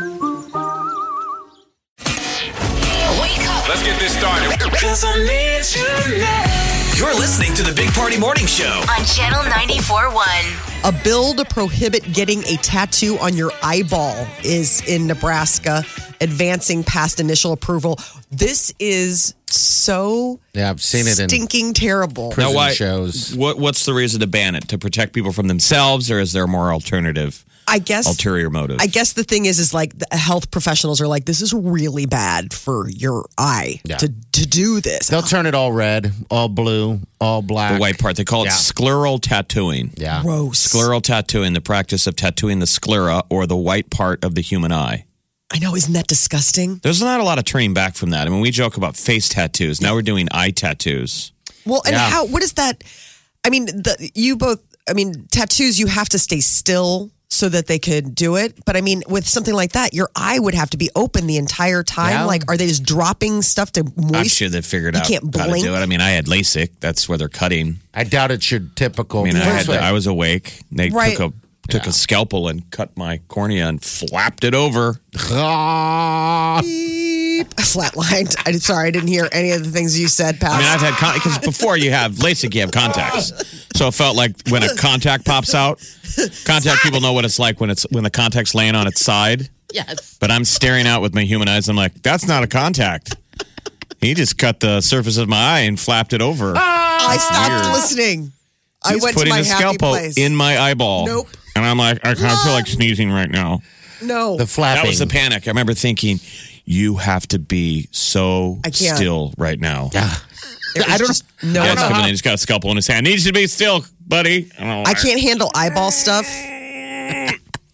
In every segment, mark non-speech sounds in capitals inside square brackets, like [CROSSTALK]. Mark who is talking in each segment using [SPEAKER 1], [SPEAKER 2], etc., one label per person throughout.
[SPEAKER 1] Wake up.
[SPEAKER 2] Let's get this started.
[SPEAKER 3] You're listening to the Big Party Morning Show.
[SPEAKER 1] On Channel 94.1.
[SPEAKER 4] A bill to prohibit getting a tattoo on your eyeball is in Nebraska, advancing past initial approval. This is so
[SPEAKER 5] Yeah, I've seen it in
[SPEAKER 4] stinking terrible.
[SPEAKER 5] prison
[SPEAKER 6] Now, why-
[SPEAKER 5] shows.
[SPEAKER 6] What What's the reason to ban it? To protect people from themselves, or is there a more alternative,
[SPEAKER 4] I guess
[SPEAKER 6] ulterior motive?
[SPEAKER 4] I guess the thing is, is like the health professionals are like, this is really bad for your eye
[SPEAKER 5] Yeah.
[SPEAKER 4] to to do this.
[SPEAKER 5] They'll turn it all red, all blue, all black.
[SPEAKER 6] the white part. They call it
[SPEAKER 5] Yeah.
[SPEAKER 6] scleral tattooing.
[SPEAKER 5] Yeah.
[SPEAKER 4] Gross.
[SPEAKER 6] Scleral tattooing, the practice of tattooing the sclera or the white part of the human eye.
[SPEAKER 4] I know, isn't that disgusting?
[SPEAKER 6] There's not a lot of turning back from that. I mean, we joke about face tattoos. Now we're doing eye tattoos.
[SPEAKER 4] Well, and
[SPEAKER 5] Yeah.
[SPEAKER 4] how? What is that? I mean, the, you both. I mean, tattoos. You have to stay still so that they could do it. But I mean, with something like that, your eye would have to be open the entire time.
[SPEAKER 5] Yeah.
[SPEAKER 4] Like, are they just dropping stuff to moist?
[SPEAKER 6] I'm sure they figured
[SPEAKER 4] You
[SPEAKER 6] out
[SPEAKER 4] can't
[SPEAKER 6] how to
[SPEAKER 4] blink.
[SPEAKER 6] do it. I mean, I had LASIK. That's where they're cutting.
[SPEAKER 5] I doubt it's your typical.
[SPEAKER 6] I mean, I had
[SPEAKER 5] First
[SPEAKER 6] the,
[SPEAKER 5] way,
[SPEAKER 6] I was awake. They
[SPEAKER 4] Right.
[SPEAKER 6] took a took a scalpel and cut my cornea and flapped it over.
[SPEAKER 5] [LAUGHS] Ah.
[SPEAKER 4] Beep. [LAUGHS] Flatlined. I'm sorry, I didn't hear any of the things you said, Pat.
[SPEAKER 6] I mean, I've had because before you have LASIK, you have contacts. So it felt like when a contact pops out, contact people know what it's like when it's when the contact's laying on its side.
[SPEAKER 5] yes.
[SPEAKER 6] But I'm staring out with my human eyes. I'm like, that's not a contact. He just cut the surface of my eye and flapped it over.
[SPEAKER 4] I stopped
[SPEAKER 6] weird.
[SPEAKER 4] listening. Ah, I
[SPEAKER 6] He's
[SPEAKER 4] went to
[SPEAKER 6] putting
[SPEAKER 4] my
[SPEAKER 6] a
[SPEAKER 4] happy
[SPEAKER 6] scalpel
[SPEAKER 4] place.
[SPEAKER 6] in my eyeball.
[SPEAKER 4] Nope. Ah.
[SPEAKER 6] And I'm like, I, I feel like sneezing right now.
[SPEAKER 4] no,
[SPEAKER 5] The flapping.
[SPEAKER 6] That was the panic. I remember thinking, you have to be so
[SPEAKER 4] I can't.
[SPEAKER 6] still right now.
[SPEAKER 5] Yeah. I don't.
[SPEAKER 4] just no.
[SPEAKER 6] Dad's
[SPEAKER 5] know
[SPEAKER 6] coming
[SPEAKER 5] how-
[SPEAKER 6] in. He's got a scalpel in his hand. Needs to be still, buddy. I, don't know
[SPEAKER 4] I
[SPEAKER 6] why.
[SPEAKER 4] can't handle eyeball stuff.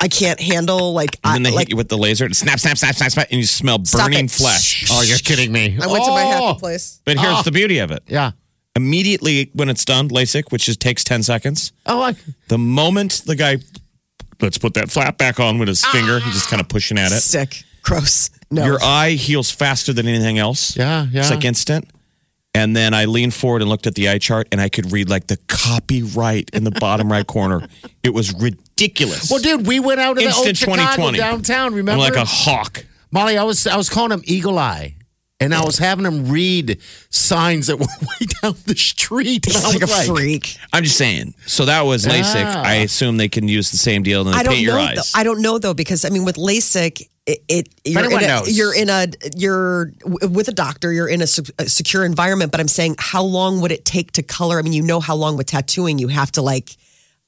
[SPEAKER 4] I can't handle like
[SPEAKER 6] And then
[SPEAKER 4] I,
[SPEAKER 6] they
[SPEAKER 4] like
[SPEAKER 6] hit you with the laser. and Snap, snap, snap, snap, snap, and you smell
[SPEAKER 4] Stop
[SPEAKER 6] burning
[SPEAKER 4] it.
[SPEAKER 6] flesh.
[SPEAKER 5] Oh, you're kidding me.
[SPEAKER 4] I went to my
[SPEAKER 5] Oh.
[SPEAKER 4] happy place.
[SPEAKER 6] But here's the beauty of it.
[SPEAKER 5] Yeah.
[SPEAKER 6] Immediately when it's done, LASIK, which is takes ten seconds.
[SPEAKER 5] Oh, I,
[SPEAKER 6] The moment the guy, let's put that flap back on with his finger. He's just kind of pushing at it.
[SPEAKER 4] Sick. Gross. No. [LAUGHS]
[SPEAKER 6] Your eye heals faster than anything else.
[SPEAKER 5] yeah. Yeah.
[SPEAKER 6] It's like instant. And then I leaned forward and looked at the eye chart, and I could read like the copyright in the bottom right corner. It was ridiculous.
[SPEAKER 5] well, dude, we went out to the old
[SPEAKER 6] Instant
[SPEAKER 5] Chicago
[SPEAKER 6] 2020
[SPEAKER 5] downtown.
[SPEAKER 6] I'm
[SPEAKER 5] Remember?
[SPEAKER 6] like a hawk.
[SPEAKER 5] Molly, I was I was calling him Eagle Eye, and I was having him read signs that [LAUGHS] were way down the street. And
[SPEAKER 4] He's
[SPEAKER 5] I was
[SPEAKER 4] like a freak.
[SPEAKER 6] I'm just saying. So that was LASIK.
[SPEAKER 5] Ah.
[SPEAKER 6] I assume they can use the same deal and they
[SPEAKER 4] I don't
[SPEAKER 6] paint your
[SPEAKER 4] know.
[SPEAKER 6] eyes.
[SPEAKER 4] Though. I don't know though because I mean with LASIK, it, it you're,
[SPEAKER 5] anyone
[SPEAKER 4] in a,
[SPEAKER 5] knows.
[SPEAKER 4] you're in a you're w- with a doctor. You're in a, se- a secure environment. But I'm saying, how long would it take to color? I mean, you know how long with tattooing you have to like.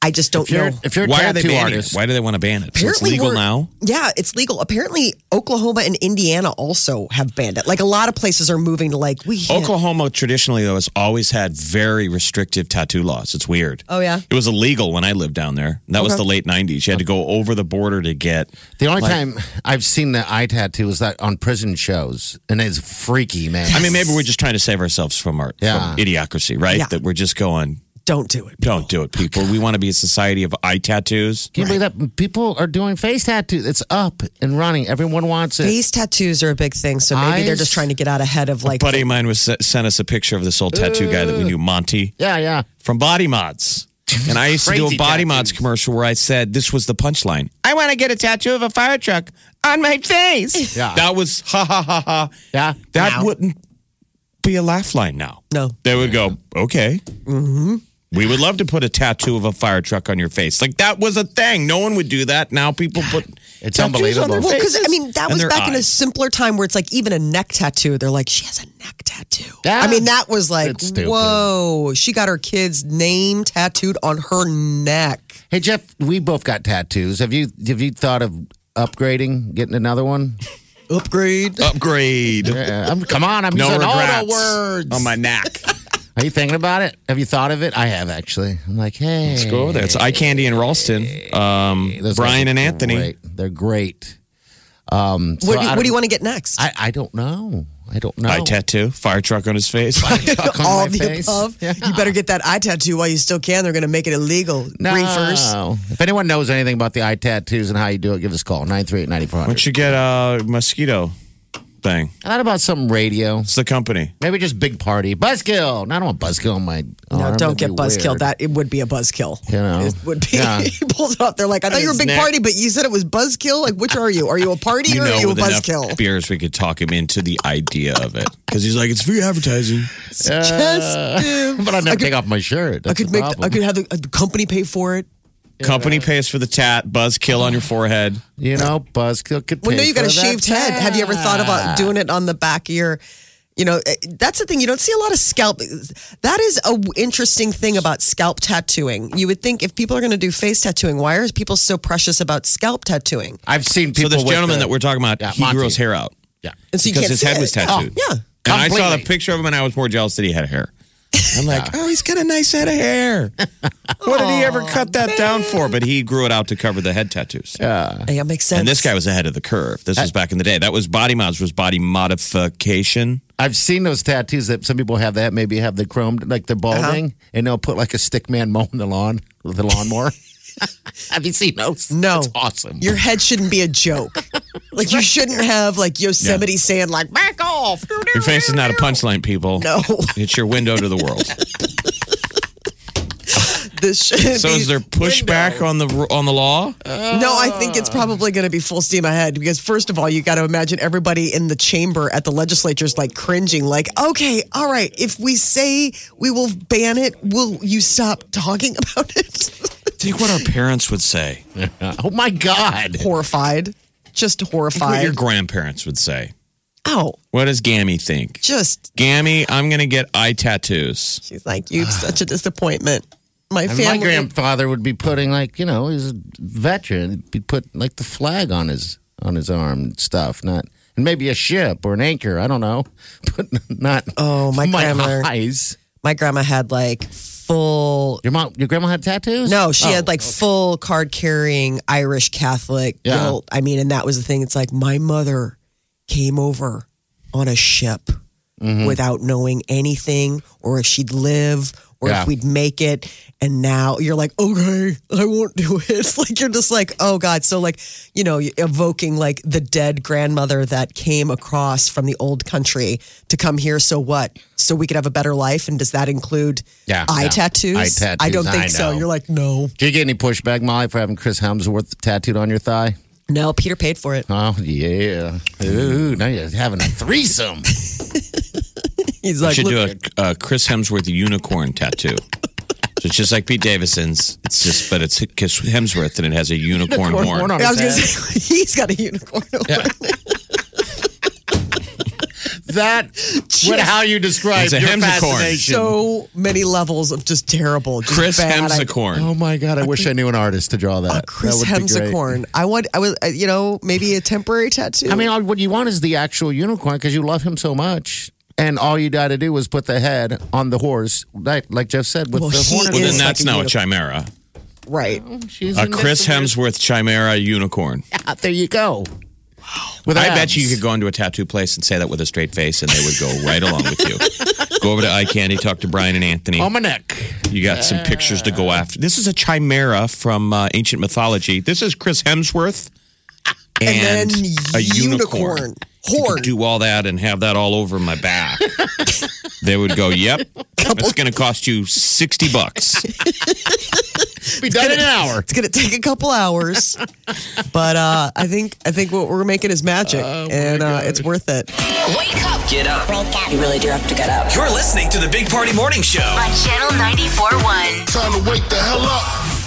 [SPEAKER 4] I just don't
[SPEAKER 5] If you're,
[SPEAKER 4] know.
[SPEAKER 5] if you're a
[SPEAKER 6] Why are they
[SPEAKER 5] tattoo
[SPEAKER 6] banning
[SPEAKER 5] artist,
[SPEAKER 6] it? Why do they want to ban it? So it's legal
[SPEAKER 4] we're-
[SPEAKER 6] now.
[SPEAKER 4] Yeah, it's legal. Apparently, Oklahoma and Indiana also have banned it. Like a lot of places are moving to like we. can't-
[SPEAKER 6] Oklahoma traditionally though has always had very restrictive tattoo laws. It's weird.
[SPEAKER 4] Oh, yeah?
[SPEAKER 6] It was illegal when I lived down there. That was the late nineties. You had to go over the border to get
[SPEAKER 5] the only time I've seen the eye tattoo is that on prison shows, and it's freaky, man.
[SPEAKER 6] I mean, maybe we're just trying to save ourselves from our
[SPEAKER 5] Yeah.
[SPEAKER 6] from idiocracy, right?
[SPEAKER 4] Yeah.
[SPEAKER 6] That we're just going,
[SPEAKER 4] Don't do it.
[SPEAKER 6] don't do it, people. we want to be a society of eye tattoos.
[SPEAKER 5] Can you believe that people are doing face tattoo? It's up and running. Everyone wants it.
[SPEAKER 4] Face tattoos are a big thing, so maybe they're
[SPEAKER 5] Eyes?
[SPEAKER 4] just trying to get out ahead of like.
[SPEAKER 6] buddy of mine was sent us a picture of this old tattoo guy that we knew, Monty.
[SPEAKER 5] Yeah, yeah.
[SPEAKER 6] from Body Mods. And I used to do a
[SPEAKER 5] Crazy
[SPEAKER 6] Body
[SPEAKER 5] tattoos.
[SPEAKER 6] Mods commercial where I said this was the punchline. I want to get a tattoo of a fire truck on my
[SPEAKER 4] [LAUGHS]
[SPEAKER 6] face.
[SPEAKER 5] Yeah.
[SPEAKER 6] That was ha ha ha ha.
[SPEAKER 5] Yeah.
[SPEAKER 6] That wouldn't be a laugh line now.
[SPEAKER 4] No.
[SPEAKER 6] They would go, okay. Mm-hmm. We would love to put a tattoo of a fire truck on your face. Like that was a thing. No one would do that. Now people put
[SPEAKER 5] It's
[SPEAKER 6] tattoos on their
[SPEAKER 5] unbelievable.
[SPEAKER 4] Well, because I
[SPEAKER 6] faces
[SPEAKER 4] mean, that
[SPEAKER 6] and
[SPEAKER 4] was
[SPEAKER 6] their
[SPEAKER 4] back in a
[SPEAKER 6] eyes.
[SPEAKER 4] simpler time where it's like even a neck tattoo. They're like, she has a neck tattoo.
[SPEAKER 5] Yeah.
[SPEAKER 4] I mean, that was like,
[SPEAKER 5] That's stupid.
[SPEAKER 4] whoa, she got her kid's name tattooed on her neck.
[SPEAKER 5] Hey Jeff, we both got tattoos. Have you have you thought of upgrading, getting another one?
[SPEAKER 4] Upgrade. [LAUGHS]
[SPEAKER 6] upgrade.
[SPEAKER 5] Yeah, I'm, come on, I'm
[SPEAKER 6] [LAUGHS] No
[SPEAKER 5] using all
[SPEAKER 6] regrets
[SPEAKER 5] the words.
[SPEAKER 6] on my neck.
[SPEAKER 5] Are you thinking about it? Have you thought of it? I have actually. I'm like, hey,
[SPEAKER 6] Let's go over there. It's eye candy in Ralston. Um,
[SPEAKER 5] Those
[SPEAKER 6] Brian
[SPEAKER 5] guys
[SPEAKER 6] and
[SPEAKER 5] are
[SPEAKER 6] Anthony.
[SPEAKER 5] great. They're great. Um, so
[SPEAKER 4] What, do,
[SPEAKER 5] I
[SPEAKER 4] you-
[SPEAKER 5] don't-
[SPEAKER 4] what do you want to get next?
[SPEAKER 5] I, I don't know. I don't know.
[SPEAKER 6] Eye tattoo, fire truck on his face. [LAUGHS]
[SPEAKER 5] Tuck Oh. on
[SPEAKER 4] All
[SPEAKER 5] my
[SPEAKER 4] of the
[SPEAKER 5] face.
[SPEAKER 4] above.
[SPEAKER 5] Yeah.
[SPEAKER 4] You better get that eye tattoo while you still can. They're going to make it illegal.
[SPEAKER 5] No.
[SPEAKER 4] Reefers.
[SPEAKER 5] If anyone knows anything about the eye tattoos and how you do it, give us a call. 938-9400.
[SPEAKER 6] Once you get a mosquito thing,
[SPEAKER 5] Not about some radio.
[SPEAKER 6] it's the company.
[SPEAKER 5] Maybe just big party. Buzzkill. No, I don't want buzzkill on my
[SPEAKER 4] No,
[SPEAKER 5] arm.
[SPEAKER 4] don't get
[SPEAKER 5] That'd be
[SPEAKER 4] buzzkilled.
[SPEAKER 5] weird.
[SPEAKER 4] That it would be a buzzkill.
[SPEAKER 5] You know.
[SPEAKER 4] it would be. [LAUGHS]
[SPEAKER 5] Yeah.
[SPEAKER 4] he pulls it off. They're like, I thought you were a big
[SPEAKER 6] His neck.
[SPEAKER 4] party, but you said it was buzzkill. Like, which are you? Are you a party or are you a
[SPEAKER 6] with enough
[SPEAKER 4] buzzkill?
[SPEAKER 6] beers, we could talk him into the idea of it because he's like, it's free advertising.
[SPEAKER 4] Suggestive.
[SPEAKER 5] But I'd never take off my shirt.
[SPEAKER 4] I
[SPEAKER 5] That's
[SPEAKER 4] could
[SPEAKER 5] the
[SPEAKER 4] make. I
[SPEAKER 5] problem.
[SPEAKER 4] could have the, uh, the company pay for it.
[SPEAKER 6] Company pays for the tat, buzzkill on your forehead.
[SPEAKER 5] you know, buzzkill could
[SPEAKER 4] Well, no,
[SPEAKER 5] pay
[SPEAKER 4] you got a
[SPEAKER 5] for that
[SPEAKER 4] shaved head. Have you ever thought about doing it on the back of your? You know, eh, that's the thing. You don't see a lot of scalp. That is a w- interesting thing about scalp tattooing. You would think if people are going to do face tattooing, why are people so precious about scalp tattooing?
[SPEAKER 5] I've seen
[SPEAKER 6] So
[SPEAKER 5] people
[SPEAKER 6] this
[SPEAKER 5] with
[SPEAKER 6] gentleman
[SPEAKER 5] the-
[SPEAKER 6] that we're talking about,
[SPEAKER 5] Yeah,
[SPEAKER 6] he
[SPEAKER 5] Monty.
[SPEAKER 6] grew his hair out
[SPEAKER 5] Yeah.
[SPEAKER 4] And so you
[SPEAKER 6] because
[SPEAKER 4] can't
[SPEAKER 6] his
[SPEAKER 4] see
[SPEAKER 6] head
[SPEAKER 4] it.
[SPEAKER 6] was tattooed.
[SPEAKER 4] Oh, yeah.
[SPEAKER 6] And I saw the
[SPEAKER 5] Completely.
[SPEAKER 6] picture of him, and I was more jealous that he had hair. I'm like, oh, he's got a nice head
[SPEAKER 4] [LAUGHS]
[SPEAKER 6] of hair. what did he ever cut that down for? But he grew it out to cover the head tattoos.
[SPEAKER 4] Hey, that makes sense.
[SPEAKER 6] Uh, And this guy was ahead of the curve. This was back in the day. That was body mods was body modification.
[SPEAKER 5] I've seen those tattoos that some people have that maybe have the chrome like the
[SPEAKER 4] Uh-huh.
[SPEAKER 5] balding and they'll put like a stick man mowing the lawn with a
[SPEAKER 4] [LAUGHS]
[SPEAKER 5] lawnmower. have you seen those?
[SPEAKER 4] No.
[SPEAKER 5] That's awesome.
[SPEAKER 4] Your head shouldn't be a joke.
[SPEAKER 6] [LAUGHS]
[SPEAKER 4] like you shouldn't have like Yosemite saying like back off.
[SPEAKER 6] Your face is not a punchline, people.
[SPEAKER 4] No,
[SPEAKER 6] [LAUGHS] It's your window to the
[SPEAKER 4] [LAUGHS]
[SPEAKER 6] world.
[SPEAKER 4] this should
[SPEAKER 6] So is there pushback on the on the law?
[SPEAKER 4] No, I think it's probably going to be full steam ahead because, first of all, you got to imagine everybody in the chamber at the legislature is like cringing, like, okay, all right, if we say we will ban it, will you stop talking [LAUGHS] about it?
[SPEAKER 6] Think what our parents would say.
[SPEAKER 5] [LAUGHS] oh my god.
[SPEAKER 4] horrified. Just
[SPEAKER 6] What
[SPEAKER 4] horrified.
[SPEAKER 6] your grandparents would say.
[SPEAKER 4] oh,
[SPEAKER 6] What does Gammy think?
[SPEAKER 4] just,
[SPEAKER 6] Gammy, I'm gonna get eye tattoos.
[SPEAKER 4] she's like, you're such a disappointment.
[SPEAKER 6] [SIGHS]
[SPEAKER 4] My
[SPEAKER 5] And
[SPEAKER 4] family.
[SPEAKER 5] my grandfather would be putting like you know he's a veteran. He'd be put like the flag on his on his arm and stuff, not and maybe a ship or an anchor. I don't know, [LAUGHS] but not.
[SPEAKER 4] Oh,
[SPEAKER 5] [LAUGHS]
[SPEAKER 4] my grandmother.
[SPEAKER 5] eyes.
[SPEAKER 4] my grandma had like full.
[SPEAKER 5] Your mom, your grandma had tattoos.
[SPEAKER 4] No, she
[SPEAKER 5] Oh.
[SPEAKER 4] had like full card carrying Irish Catholic
[SPEAKER 5] Yeah.
[SPEAKER 4] guilt. I mean, and that was the thing. It's like my mother came over on a ship
[SPEAKER 5] Mm-hmm.
[SPEAKER 4] without knowing anything or if she'd live or
[SPEAKER 5] Yeah.
[SPEAKER 4] if we'd make it. And now you're like, okay, I won't do it. [LAUGHS] It's like you're just like, oh God. So, like, you know, evoking like the dead grandmother that came across from the old country to come here. So what? So we could have a better life. And does that include
[SPEAKER 5] Yeah,
[SPEAKER 4] eye
[SPEAKER 5] yeah.
[SPEAKER 4] tattoos?
[SPEAKER 5] Eye tattoos,
[SPEAKER 4] I don't
[SPEAKER 5] I
[SPEAKER 4] think so.
[SPEAKER 5] know.
[SPEAKER 4] You're like, no.
[SPEAKER 5] Did you get any pushback, Molly, for having Chris Hemsworth tattooed on your thigh?
[SPEAKER 4] No, Peter paid for it.
[SPEAKER 5] Oh yeah. Ooh, now you're having a
[SPEAKER 6] [LAUGHS]
[SPEAKER 5] threesome.
[SPEAKER 4] He's
[SPEAKER 6] I
[SPEAKER 4] like,
[SPEAKER 6] should
[SPEAKER 4] "Look,
[SPEAKER 6] do a, a Chris Hemsworth unicorn tattoo. So it's just like Pete Davidson's. It's just, but it's Chris Hemsworth and it has a unicorn,
[SPEAKER 5] Corn
[SPEAKER 6] horn.
[SPEAKER 5] horn on
[SPEAKER 4] I was
[SPEAKER 5] his
[SPEAKER 4] gonna
[SPEAKER 5] head.
[SPEAKER 4] say [LAUGHS] he's got a
[SPEAKER 5] [LAUGHS]
[SPEAKER 4] unicorn. [LAUGHS]
[SPEAKER 5] that. What? How you describe
[SPEAKER 6] It's a
[SPEAKER 5] your
[SPEAKER 6] hemsicorn.
[SPEAKER 5] fascination?
[SPEAKER 4] So many levels of just terrible. Just
[SPEAKER 6] Chris
[SPEAKER 4] bad. I-
[SPEAKER 6] Hemsicorn.
[SPEAKER 5] Oh my god! I wish I knew an artist to draw that.
[SPEAKER 4] Chris
[SPEAKER 5] That would be great.
[SPEAKER 4] Hemsicorn. I want. I was. uh, You know, maybe a temporary tattoo.
[SPEAKER 5] I mean, all, what you want is the actual unicorn because you love him so much. And all you got to do is put the head on the horse, like, like Jeff said, with
[SPEAKER 4] Well,
[SPEAKER 5] the
[SPEAKER 4] he
[SPEAKER 5] horn.
[SPEAKER 6] well,
[SPEAKER 4] is
[SPEAKER 6] then
[SPEAKER 4] like
[SPEAKER 6] that's
[SPEAKER 4] a
[SPEAKER 6] now a
[SPEAKER 4] unicorn.
[SPEAKER 6] chimera.
[SPEAKER 4] right.
[SPEAKER 5] She's
[SPEAKER 6] A
[SPEAKER 5] in
[SPEAKER 6] Uh, Chris
[SPEAKER 5] this-
[SPEAKER 6] Hemsworth chimera unicorn.
[SPEAKER 5] Yeah, there you go. With
[SPEAKER 6] I
[SPEAKER 5] abs.
[SPEAKER 6] bet you you could go into a tattoo place and say that with a straight face, and they would go right along with you.
[SPEAKER 4] [LAUGHS]
[SPEAKER 6] Go over to Eye Candy, talk to Brian and Anthony.
[SPEAKER 4] Oh
[SPEAKER 5] on my neck.
[SPEAKER 6] You got some pictures to go after. This is a chimera from uh, ancient mythology. This is Chris Hemsworth and,
[SPEAKER 4] And then
[SPEAKER 6] a unicorn.
[SPEAKER 4] unicorn.
[SPEAKER 6] You could
[SPEAKER 4] Horn.
[SPEAKER 6] do all that and have that all over my back. they would go, "Yep, it's going to cost you sixty bucks."
[SPEAKER 5] Be done in an hour.
[SPEAKER 4] It's gonna take a couple
[SPEAKER 5] [LAUGHS]
[SPEAKER 4] hours, but uh, I think I think what we're making is magic,
[SPEAKER 5] Oh
[SPEAKER 4] and uh, it's worth it.
[SPEAKER 1] Wake up
[SPEAKER 3] Get up.
[SPEAKER 2] You really do have to get up.
[SPEAKER 3] You're listening to the Big Party Morning Show.
[SPEAKER 1] on Channel 94.1.
[SPEAKER 7] Time to wake the hell up.